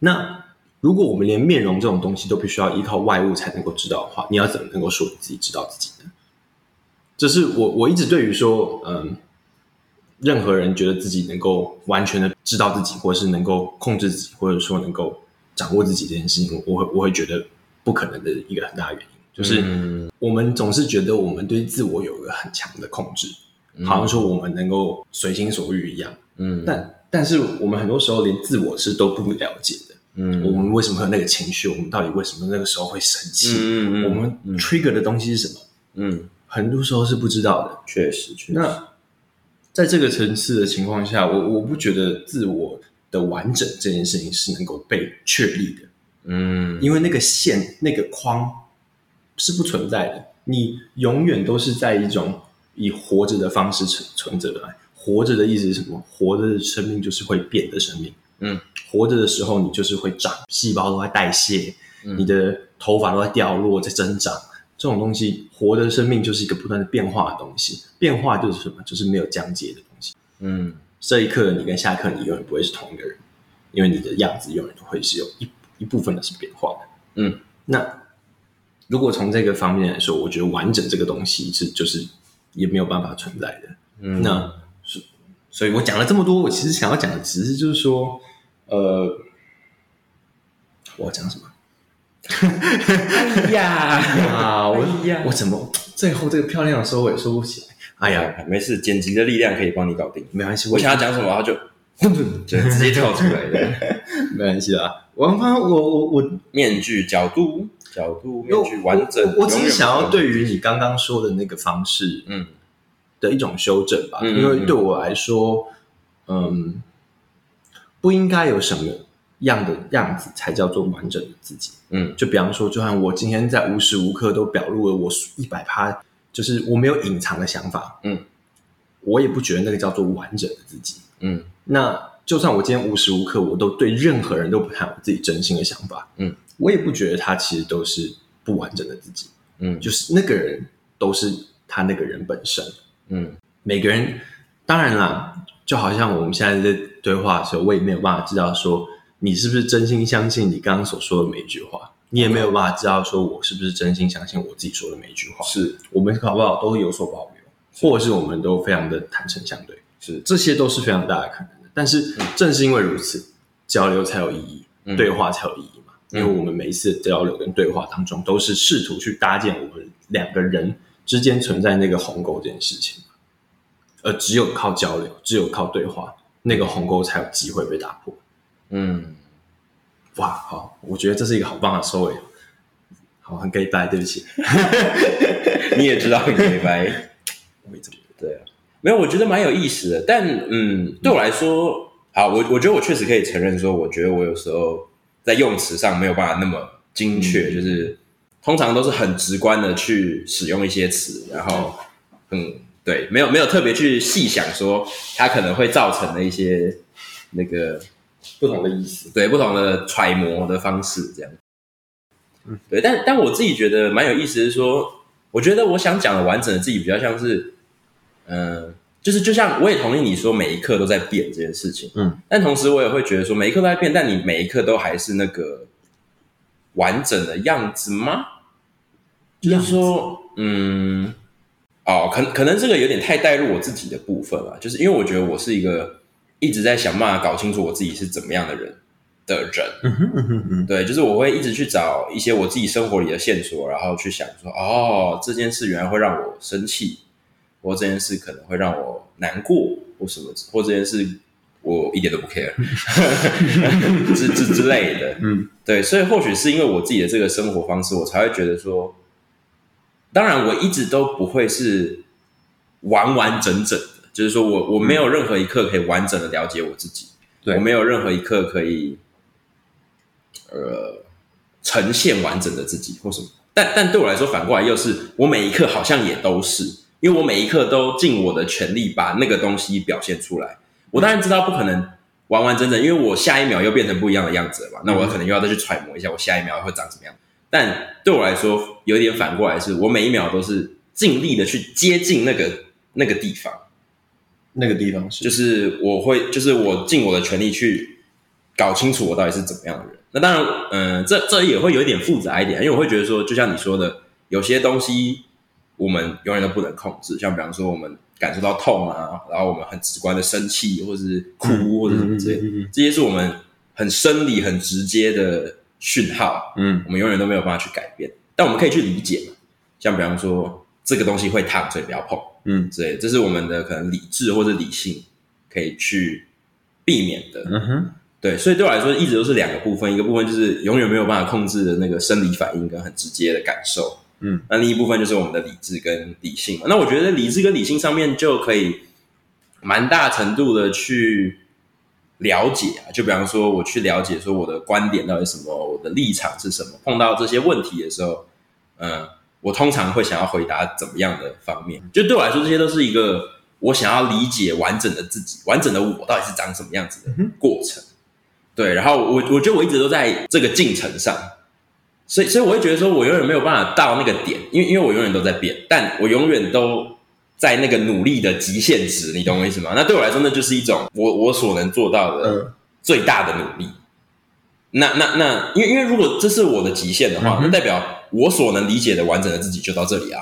Speaker 3: 那如果我们连面容这种东西都必须要依靠外物才能够知道的话，你要怎么能够说你自己知道自己呢？这是我我一直对于说，嗯，任何人觉得自己能够完全的知道自己，或者是能够控制自己，或者说能够掌握自己这件事情，我会我会觉得不可能的一个很大的原因，就是
Speaker 4: 嗯
Speaker 3: 我们总是觉得我们对自我有一个很强的控制，好像说我们能够随心所欲一样，
Speaker 4: 嗯
Speaker 3: 但但是我们很多时候连自我是都不了解的。我
Speaker 4: 嗯
Speaker 3: 们为什么会有那个情绪？我们到底为什么那个时候会生气？
Speaker 4: 嗯
Speaker 3: 我们 trigger 的东西是什么？
Speaker 4: 嗯
Speaker 3: 很多时候是不知道的。
Speaker 4: 确实确实
Speaker 3: 那在这个层次的情况下，我我不觉得自我的完整这件事情是能够被确立的，
Speaker 4: 嗯
Speaker 3: 因为那个线、那个框是不存在的。你永远都是在一种以活着的方式存存着来。活着的意思是什么？活着的生命就是会变的生命。
Speaker 4: 嗯，
Speaker 3: 活着的时候你就是会长，细胞都在代谢，
Speaker 4: 嗯
Speaker 3: 你的头发都在掉落，在增长。这种东西，活的生命就是一个不断的变化的东西。变化就是什么？就是没有疆界的东西。
Speaker 4: 嗯
Speaker 3: 这一刻的你跟下一刻你永远不会是同一个人，因为你的样子永远都会是有一一部分的是变化的。
Speaker 4: 嗯，
Speaker 3: 那如果从这个方面来说，我觉得完整这个东西是就是也没有办法存在的。
Speaker 4: 嗯
Speaker 3: 那所所以我讲了这么多，我其实想要讲的只是就是说，呃，我要讲什么？
Speaker 1: 哎
Speaker 4: 呀，
Speaker 3: 啊，我
Speaker 4: 哎呀
Speaker 3: 我怎么最后这个漂亮的收尾收不起来？哎呀，
Speaker 4: 没事，剪辑的力量可以帮你搞定。
Speaker 3: 没关系，
Speaker 4: 我
Speaker 3: 我
Speaker 4: 想要讲什么，然后就 [laughs] 就直接跳出来的
Speaker 3: 没关系的啊。我反正我我我，
Speaker 4: 面具角度角度
Speaker 3: 因为
Speaker 4: 面
Speaker 3: 我
Speaker 4: 具完整，
Speaker 3: 我我只是想要对
Speaker 4: 永
Speaker 3: 于你刚刚说的那个方式
Speaker 4: 远
Speaker 3: 的一种修正吧，
Speaker 4: 嗯嗯
Speaker 3: 因为对我来说，嗯，不应该有什么样的样子才叫做完整的自己。
Speaker 4: 不嗯嗯
Speaker 3: 就比方说，就像我今天在无时无刻都表露了我一百趴，就是我没有隐藏的想法，
Speaker 4: 嗯，
Speaker 3: 我也不觉得那个叫做完整的自己。
Speaker 4: 嗯
Speaker 3: 那就算我今天无时无刻我都对任何人都不谈我自己真心的想法，
Speaker 4: 嗯，
Speaker 3: 我也不觉得他其实都是不完整的自己，
Speaker 4: 嗯
Speaker 3: 就是那个人都是他那个人本身。
Speaker 4: 嗯
Speaker 3: 每个人，当然啦，就好像我们现在在对话的时候，我也没有办法知道说你是不是真心相信你刚刚所说的每一句话，你也没有办法知道说我是不是真心相信我自己说的每一句话。
Speaker 4: 是
Speaker 3: 我们搞不好都有所保留，或者是我们都非常的坦诚相对。
Speaker 4: 是
Speaker 3: 这些都是非常大的可能的。但是正是因为如此，交流才有意义，
Speaker 4: 嗯
Speaker 3: 对话才有意义嘛。因为我们每一次的交流跟对话当中，都是试图去搭建我们两个人之间存在那个鸿沟这件事情，而只有靠交流，只有靠对话，那个鸿沟才有机会被打破。
Speaker 4: 嗯，
Speaker 3: 哇，好，我觉得这是一个好棒的收尾。好，很 gay bye，对不起，
Speaker 4: 你也知道很黑白，
Speaker 3: 我一直
Speaker 4: [laughs] 对啊，没有，我觉得蛮有意思的。但嗯，对我来说，好，我我觉得我确实可以承认说，我觉得我有时候在用词上没有办法那么精确，
Speaker 3: 嗯
Speaker 4: 就是通常都是很直观的去使用一些词，然后嗯，对，没有没有特别去细想说它可能会造成的一些那个
Speaker 3: 不同的意
Speaker 4: [laughs]
Speaker 3: 思。
Speaker 4: 对不同的揣摩的方式这样。对，但但我自己觉得蛮有意思，是说，我觉得我想讲的完整的自己比较像是，嗯、就是就像我也同意你说每一刻都在变这件事情，
Speaker 3: 嗯，
Speaker 4: 但同时我也会觉得说每一刻都在变，但你每一刻都还是那个完整的样子吗？就是说，嗯，哦，可可能这个有点太带入我自己的部分了，就是因为我觉得我是一个一直在想办法搞清楚我自己是怎么样的人的人，对，就是我会一直去找一些我自己生活里的线索，然后去想说，哦，这件事原来会让我生气，或这件事可能会让我难过，或什么，或这件事我一点都不 care，之之之类的。
Speaker 3: 嗯，
Speaker 4: 对，所以或许是因为我自己的这个生活方式，我才会觉得说，当然我一直都不会是完完整整的，就是说我我没有任何一刻可以完整的了解我自己，
Speaker 3: 对
Speaker 4: 我没有任何一刻可以。呃呈现完整的自己或什么。但但对我来说，反过来又是我每一刻好像也都是，因为我每一刻都尽我的全力把那个东西表现出来。我当然知道不可能完完整整，因为我下一秒又变成不一样的样子了嘛。那我可能又要再去揣摩一下我下一秒会长什么样。但对我来说，有点反过来是，我每一秒都是尽力的去接近那个那个地方。
Speaker 2: 那个地方是
Speaker 4: 就是我会，就是我尽我的全力去搞清楚我到底是怎么样的人。那当然，嗯、这这也会有一点复杂一点，因为我会觉得说，就像你说的，有些东西我们永远都不能控制，像比方说我们感受到痛啊，然后我们很直观的生气，或是哭，或者
Speaker 3: 嗯
Speaker 4: 什么之类的，这些是我们很生理、很直接的讯号，
Speaker 3: 嗯
Speaker 4: 我们永远都没有办法去改变，但我们可以去理解嘛。像比方说，这个东西会烫，所以不要碰。
Speaker 3: 嗯
Speaker 4: 之类的，这是我们的可能理智或者理性可以去避免的。
Speaker 3: 嗯哼，
Speaker 4: 对，所以对我来说，一直都是两个部分，一个部分就是永远没有办法控制的那个生理反应跟很直接的感受，
Speaker 3: 嗯，
Speaker 4: 那另一部分就是我们的理智跟理性嘛。那我觉得理智跟理性上面就可以蛮大程度的去了解啊，就比方说我去了解说我的观点到底是什么，我的立场是什么，碰到这些问题的时候，嗯，我通常会想要回答怎么样的方面？就对我来说，这些都是一个我想要理解完整的自己、完整的我到底是长什么样子的过程。对，然后我我觉得我一直都在这个进程上，所以所以我会觉得说我永远没有办法到那个点，因为因为我永远都在变，但我永远都在那个努力的极限值，你懂我意思吗？那对我来说，那就是一种我我所能做到的最大的努力。那那那，因为因为如果这是我的极限的话，那代表我所能理解的完整的自己就到这里啊，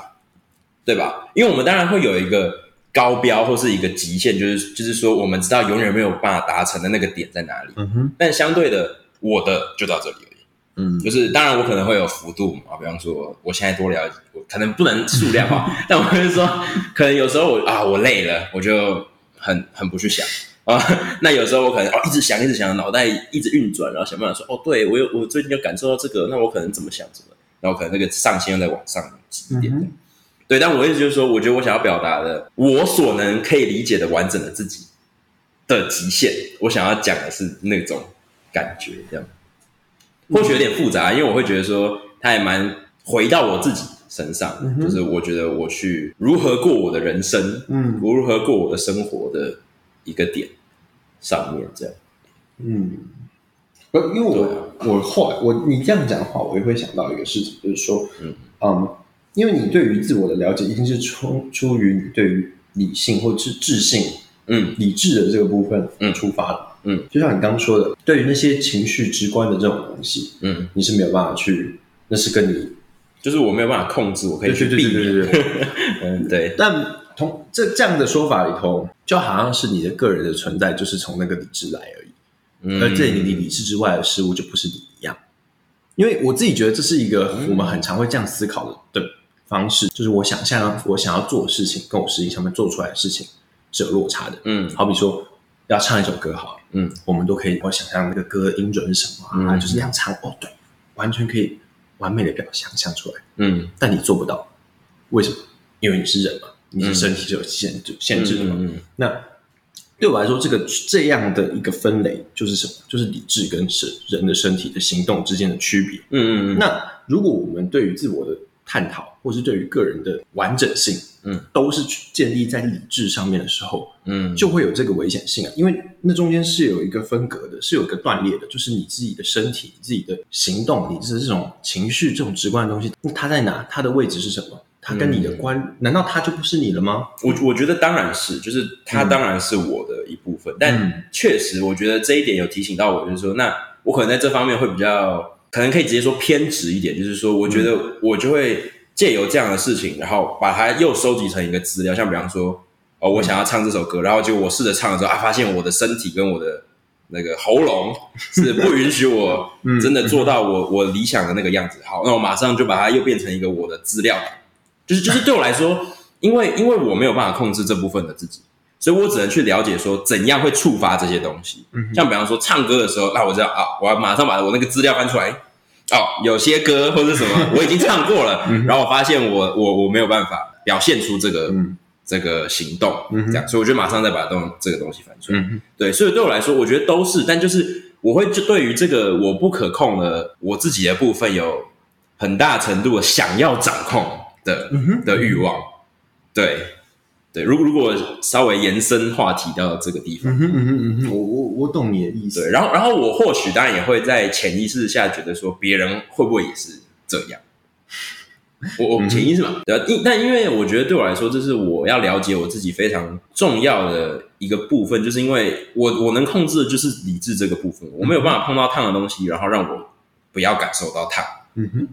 Speaker 4: 对吧？因为我们当然会有一个高标或是一个极限，就是就是说我们知道永远没有办法达成的那个点在哪里。
Speaker 3: 嗯哼，
Speaker 4: 但相对的，我的就到这里而已。
Speaker 3: 嗯
Speaker 4: 就是当然我可能会有幅度嘛，比方说我现在多了解，我可能不能数量化， [laughs] 但我会说，可能有时候我啊我累了，我就很很不去想啊。那有时候我可能哦一直想一直想，脑袋一直运转，然后想办法说哦，对我有我最近有感受到这个，那我可能怎么想怎么，然后可能那个上限又在往上挤一点。对，但我意思就是说，我觉得我想要表达的，我所能可以理解的完整的自己的极限，我想要讲的是那种感觉，这样。或许有点复杂，因为我会觉得说，它还蛮回到我自己身上，
Speaker 3: 嗯
Speaker 4: 就是我觉得我去如何过我的人生，
Speaker 2: 嗯
Speaker 4: 我如何过我的生活的一个点上面，这样。
Speaker 2: 嗯，不，因为我我后来我你这样讲的话，我也会想到一个事情，就是说，
Speaker 4: 嗯
Speaker 2: 嗯，因为你对于自我的了解，一定是出出于你对于理性或智智性
Speaker 4: 嗯
Speaker 2: 理智的这个部分
Speaker 4: 嗯
Speaker 2: 出发的。
Speaker 4: 嗯，
Speaker 2: 就像你刚刚说的，对于那些情绪直观的这种东西，
Speaker 4: 嗯，
Speaker 2: 你是没有办法去，那是跟你
Speaker 4: 就是我没有办法控制，我可以去避免。
Speaker 2: 对对。
Speaker 4: 嗯，对，
Speaker 2: 但
Speaker 3: 同这这样的说法里头，就好像是你的个人的存在就是从那个理智来而已，
Speaker 4: 嗯
Speaker 3: 而这里你理智之外的事物就不是你一样。因为我自己觉得这是一个我们很常会这样思考的的方式，就是我想象我想要做的事情跟我实际上面做出来的事情是有落差的。
Speaker 4: 嗯
Speaker 3: 好比说要唱一首歌好了，
Speaker 4: 嗯，
Speaker 3: 我们都可以我想象那个歌音准是什么啊，
Speaker 4: 嗯
Speaker 3: 就是那样唱哦，对，完全可以完美的表想象出来，
Speaker 4: 嗯
Speaker 3: 但你做不到，为什么？因为你是人嘛，你的身体是有限制、限制的嘛。
Speaker 4: 嗯
Speaker 3: 那对我来说，这个这样的一个分类就是什么？就是理智跟身人的身体的行动之间的区别。
Speaker 4: 嗯嗯嗯
Speaker 3: 那如果我们对于自我的探讨，或是对于个人的完整性，
Speaker 4: 嗯，
Speaker 3: 都是去建立在理智上面的时候，
Speaker 4: 嗯，
Speaker 3: 就会有这个危险性啊，因为那中间是有一个分隔的，是有一个断裂的，就是你自己的身体、你自己的行动、你的这种情绪、这种直观的东西，那它在哪？它的位置是什么？它跟你的关，
Speaker 4: 嗯
Speaker 3: 难道它就不是你了吗？
Speaker 4: 我我觉得当然是，就是它当然是我的一部分，但确实我觉得这一点有提醒到我，就是说，那我可能在这方面会比较，可能可以直接说偏执一点，就是说，我觉得我就会借由这样的事情，然后把它又收集成一个资料，像比方说，哦，我想要唱这首歌，然后就我试着唱的时候啊，发现我的身体跟我的那个喉咙是不允许我
Speaker 3: 嗯
Speaker 4: 真的做到我我理想的那个样子。好，那我马上就把它又变成一个我的资料，就是就是对我来说，因为因为我没有办法控制这部分的自己，所以我只能去了解说怎样会触发这些东西。像比方说唱歌的时候，那我知道啊，我要马上把我那个资料翻出来。哦，有些歌或者什么我已经唱过了，然后我发现我我我没有办法表现出这个、
Speaker 3: 嗯嗯
Speaker 4: 这个行动，
Speaker 3: 嗯哼
Speaker 4: 这样，所以我就马上再把东这个东西翻出来。
Speaker 3: 嗯
Speaker 4: 对，所以对我来说，我觉得都是，但就是我会就对于这个我不可控的我自己的部分有很大程度的想要掌控的
Speaker 3: 嗯哼，
Speaker 4: 的欲望。对，对，如果如果稍微延伸话题到这个地方，
Speaker 3: 嗯哼，嗯哼，嗯哼，我我我懂你的意思。
Speaker 4: 对，然后然后我或许当然也会在潜意识下觉得说，别人会不会也是这样？我我潜意识嘛，对啊，因但因为我觉得对我来说，这是我要了解我自己非常重要的一个部分，就是因为我我能控制的就是理智这个部分，我没有办法碰到烫的东西，然后让我不要感受到烫。
Speaker 3: 嗯哼，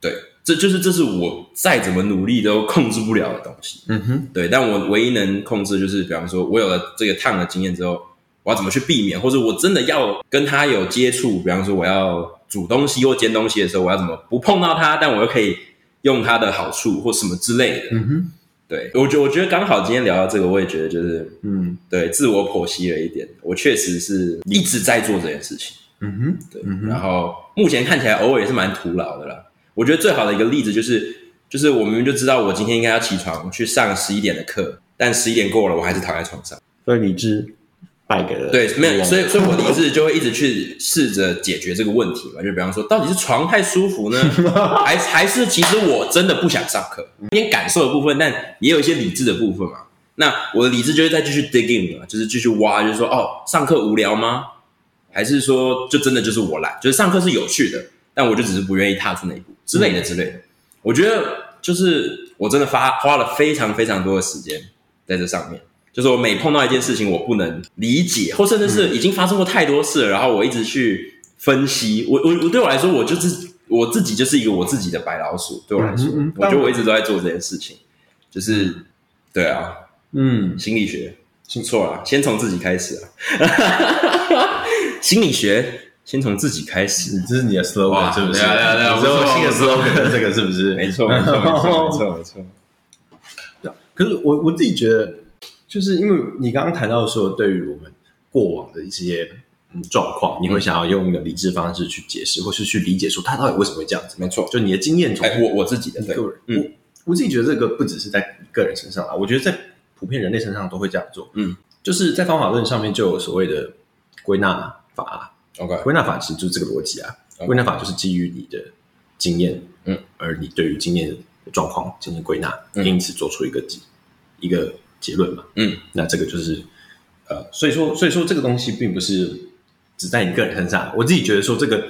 Speaker 4: 对，这就是这是我再怎么努力都控制不了的东西。
Speaker 3: 嗯哼，
Speaker 4: 对，但我唯一能控制就是，比方说，我有了这个烫的经验之后，我要怎么去避免，或者我真的要跟他有接触，比方说我要煮东西或煎东西的时候，我要怎么不碰到它，但我又可以用它的好处或什么之类的。
Speaker 3: 嗯哼，
Speaker 4: 对我觉我觉得刚好今天聊到这个，我也觉得就是
Speaker 3: 嗯
Speaker 4: 对自我剖析了一点，我确实是一直在做这件事情。
Speaker 3: 嗯哼，
Speaker 4: 对，
Speaker 3: 嗯哼
Speaker 4: 然后目前看起来偶尔也是蛮徒劳的啦。我觉得最好的一个例子就是，就是我明明就知道我今天应该要起床去上十一点的课，但十一点过了，我还是躺在床上。
Speaker 2: 所以理智败给了
Speaker 4: 对，没有，所
Speaker 2: 以
Speaker 4: 以所以我理智就会一直去试着解决这个问题嘛。就比方说，到底是床太舒服呢，还还是其实我真的不想上课？一点感受的部分，但也有一些理智的部分嘛。那我的理智就会再继续 dig in 了，就是继续挖，就是说，哦，上课无聊吗？还是说，就真的就是我懒？就是上课是有趣的，但我就只是不愿意踏出那一步之类的之类的。我觉得就是我真的花花了非常非常多的时间在这上面。就是我每碰到一件事情，我不能理解，或甚至是已经发生过太多次了，然后我一直去分析。我我我对我来说，我就是我自己就是一个我自己的白老鼠。对我来说，
Speaker 3: 嗯嗯嗯
Speaker 4: 我觉得我一直都在做这件事情，就是对啊，
Speaker 3: 嗯，
Speaker 4: 心理学不错啊，先从自己开始啊。啊 [laughs] 心理学先从自己开始，
Speaker 3: 这是你的 slogan
Speaker 4: 哇
Speaker 3: 是不是？
Speaker 4: 对啊对啊对啊
Speaker 3: 你说
Speaker 4: 不错
Speaker 3: 新的
Speaker 4: 不错
Speaker 3: slogan 这个是不是？
Speaker 4: 没错没错没 [laughs] 错没错没错。
Speaker 3: 可是我我自己觉得，就是因为你刚刚谈到说，对于我们过往的一些嗯状况，你会想要用一个理智方式去解释，或是去理解说它到底为什么会这样子。
Speaker 4: 嗯没错
Speaker 3: 就你的经验中，
Speaker 4: 哎，我我自己的
Speaker 3: 你
Speaker 4: 对
Speaker 3: 个，人，
Speaker 4: 嗯
Speaker 3: 我我自己觉得这个不只是在个人身上啊，我觉得在普遍人类身上都会这样做。
Speaker 4: 嗯，
Speaker 3: 就是在方法论上面就有所谓的归纳法，
Speaker 4: OK，
Speaker 3: 归纳法其实就是这个逻辑啊。
Speaker 4: OK
Speaker 3: 归纳法就是基于你的经验，
Speaker 4: 嗯，
Speaker 3: 而你对于经验的状况进行归纳，
Speaker 4: 嗯
Speaker 3: 因此做出一个结一个结论嘛。
Speaker 4: 嗯，
Speaker 3: 那这个就是呃，所以说所以说这个东西并不是只在你个人身上，我自己觉得说这个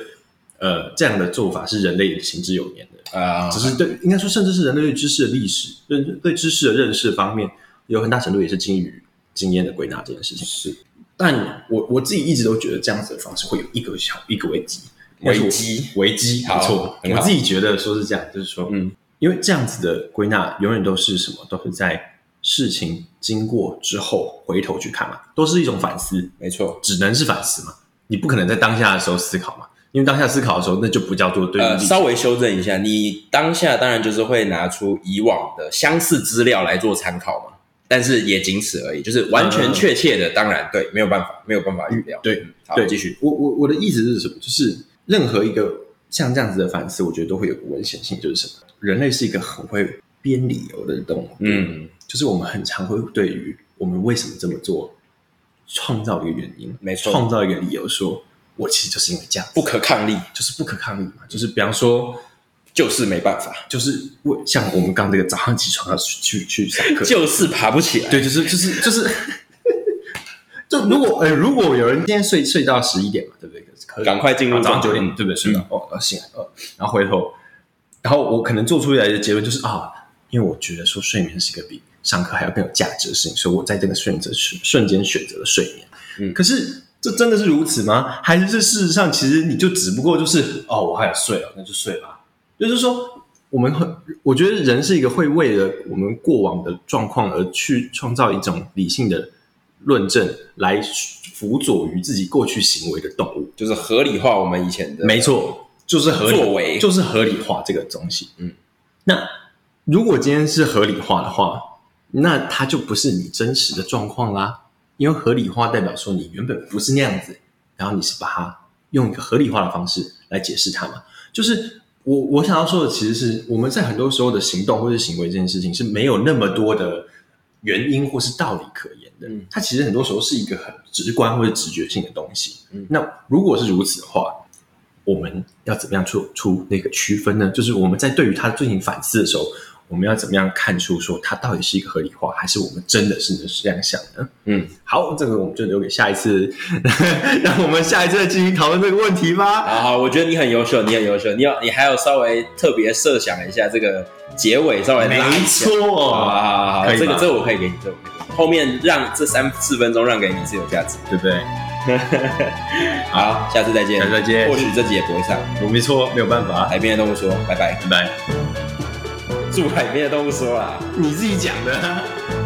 Speaker 3: 呃这样的做法是人类行之有年的。
Speaker 4: 啊，
Speaker 3: 只是对，应该说，甚至是人类对知识的历史、认对知识的认识方面，有很大程度也是基于经验的归纳这件事情。是，但我我自己一直都觉得这样子的方式会有一个小一个危机，
Speaker 4: 危机
Speaker 3: 危机，
Speaker 4: 好
Speaker 3: 没错。
Speaker 4: 很
Speaker 3: 我
Speaker 4: 好
Speaker 3: 自己觉得说是这样，就是说，
Speaker 4: 嗯，
Speaker 3: 因为这样子的归纳永远都是什么，都是在事情经过之后回头去看嘛，都是一种反思，
Speaker 4: 没错。
Speaker 3: 只能是反思嘛，你不可能在当下的时候思考嘛，因为当下思考的时候那就不叫做对
Speaker 4: 呃，
Speaker 3: 立。
Speaker 4: 稍微修正一下，你当下当然就是会拿出以往的相似资料来做参考嘛，但是也仅此而已，就是完全确切的，当然对，没有办法，没有办法预料。
Speaker 3: 对，
Speaker 4: 好，
Speaker 3: 对
Speaker 4: 继续。
Speaker 3: 我我我的意思是什么？就是任何一个像这样子的反思，我觉得都会有个危险性，就是什么？人类是一个很会编理由的动物，
Speaker 4: 嗯，
Speaker 3: 就是我们很常会对于我们为什么这么做，创造一个原因，
Speaker 4: 没错
Speaker 3: 创造一个理由说我其实就是因为这样子，
Speaker 4: 不可抗力
Speaker 3: 就是不可抗力嘛，就是比方说。
Speaker 4: 就是没办法，
Speaker 3: 就是我像我们刚刚这个早上起床要去去去上课，
Speaker 4: 就是爬不起来。
Speaker 3: 对，就是就是
Speaker 4: [laughs]
Speaker 3: 就是，就如果呃，如果有人今天睡睡到十一点嘛，对不对？可以
Speaker 4: 赶快进入
Speaker 3: 啊早上九
Speaker 4: 状态
Speaker 3: 点，对不对？睡到哦，呃醒来哦，然后回头，然后我可能做出来的结论就是啊，因为我觉得说睡眠是一个比上课还要更有价值的事情，所以我在这个选择瞬瞬间选择了睡眠。
Speaker 4: 嗯
Speaker 3: 可是这真的是如此吗？还是这事实上其实你就只不过就是哦，我还想睡了，那就睡吧。就是说，我们很，我觉得人是一个会为了我们过往的状况而去创造一种理性的论证，来辅佐于自己过去行为的动物。
Speaker 4: 就是合理化我们以前的
Speaker 3: 没错，就是合理
Speaker 4: 作为
Speaker 3: 就是合理化这个东西。
Speaker 4: 嗯，
Speaker 3: 那如果今天是合理化的话，那它就不是你真实的状况啦，因为合理化代表说你原本不是那样子，然后你是把它用一个合理化的方式来解释它嘛。就是我我想要说的，其实是我们在很多时候的行动或者行为这件事情是没有那么多的原因或是道理可言的，
Speaker 4: 嗯
Speaker 3: 它其实很多时候是一个很直观或者直觉性的东西。
Speaker 4: 嗯
Speaker 3: 那如果是如此的话，我们要怎么样做出那个区分呢？就是我们在对于它进行反思的时候，我们要怎么样看出说它到底是一个合理化，还是我们真的是这样想呢？
Speaker 4: 嗯，
Speaker 3: 好，这个我们就留给下一次， [laughs] 让我们下一次再进行讨论这个问题吧。
Speaker 4: 好好，啊我觉得你很优秀，你很优秀，你要你还要稍微特别设想一下这个结尾，稍微拉一下。好好
Speaker 3: 错，
Speaker 4: 好好，
Speaker 3: 可以吧
Speaker 4: 这个这个我可以给你，这个我可以给你。后面让这三四分钟让给你是有价值的。
Speaker 3: 对不对？
Speaker 4: 好，下次再见，
Speaker 3: 下次再见
Speaker 4: 或许这集也不会上。
Speaker 3: 我没错，没有办法。
Speaker 4: 海边的动物说拜拜，
Speaker 3: 拜拜，
Speaker 4: 祝海边的动物说啦。啊
Speaker 3: 你自己讲的。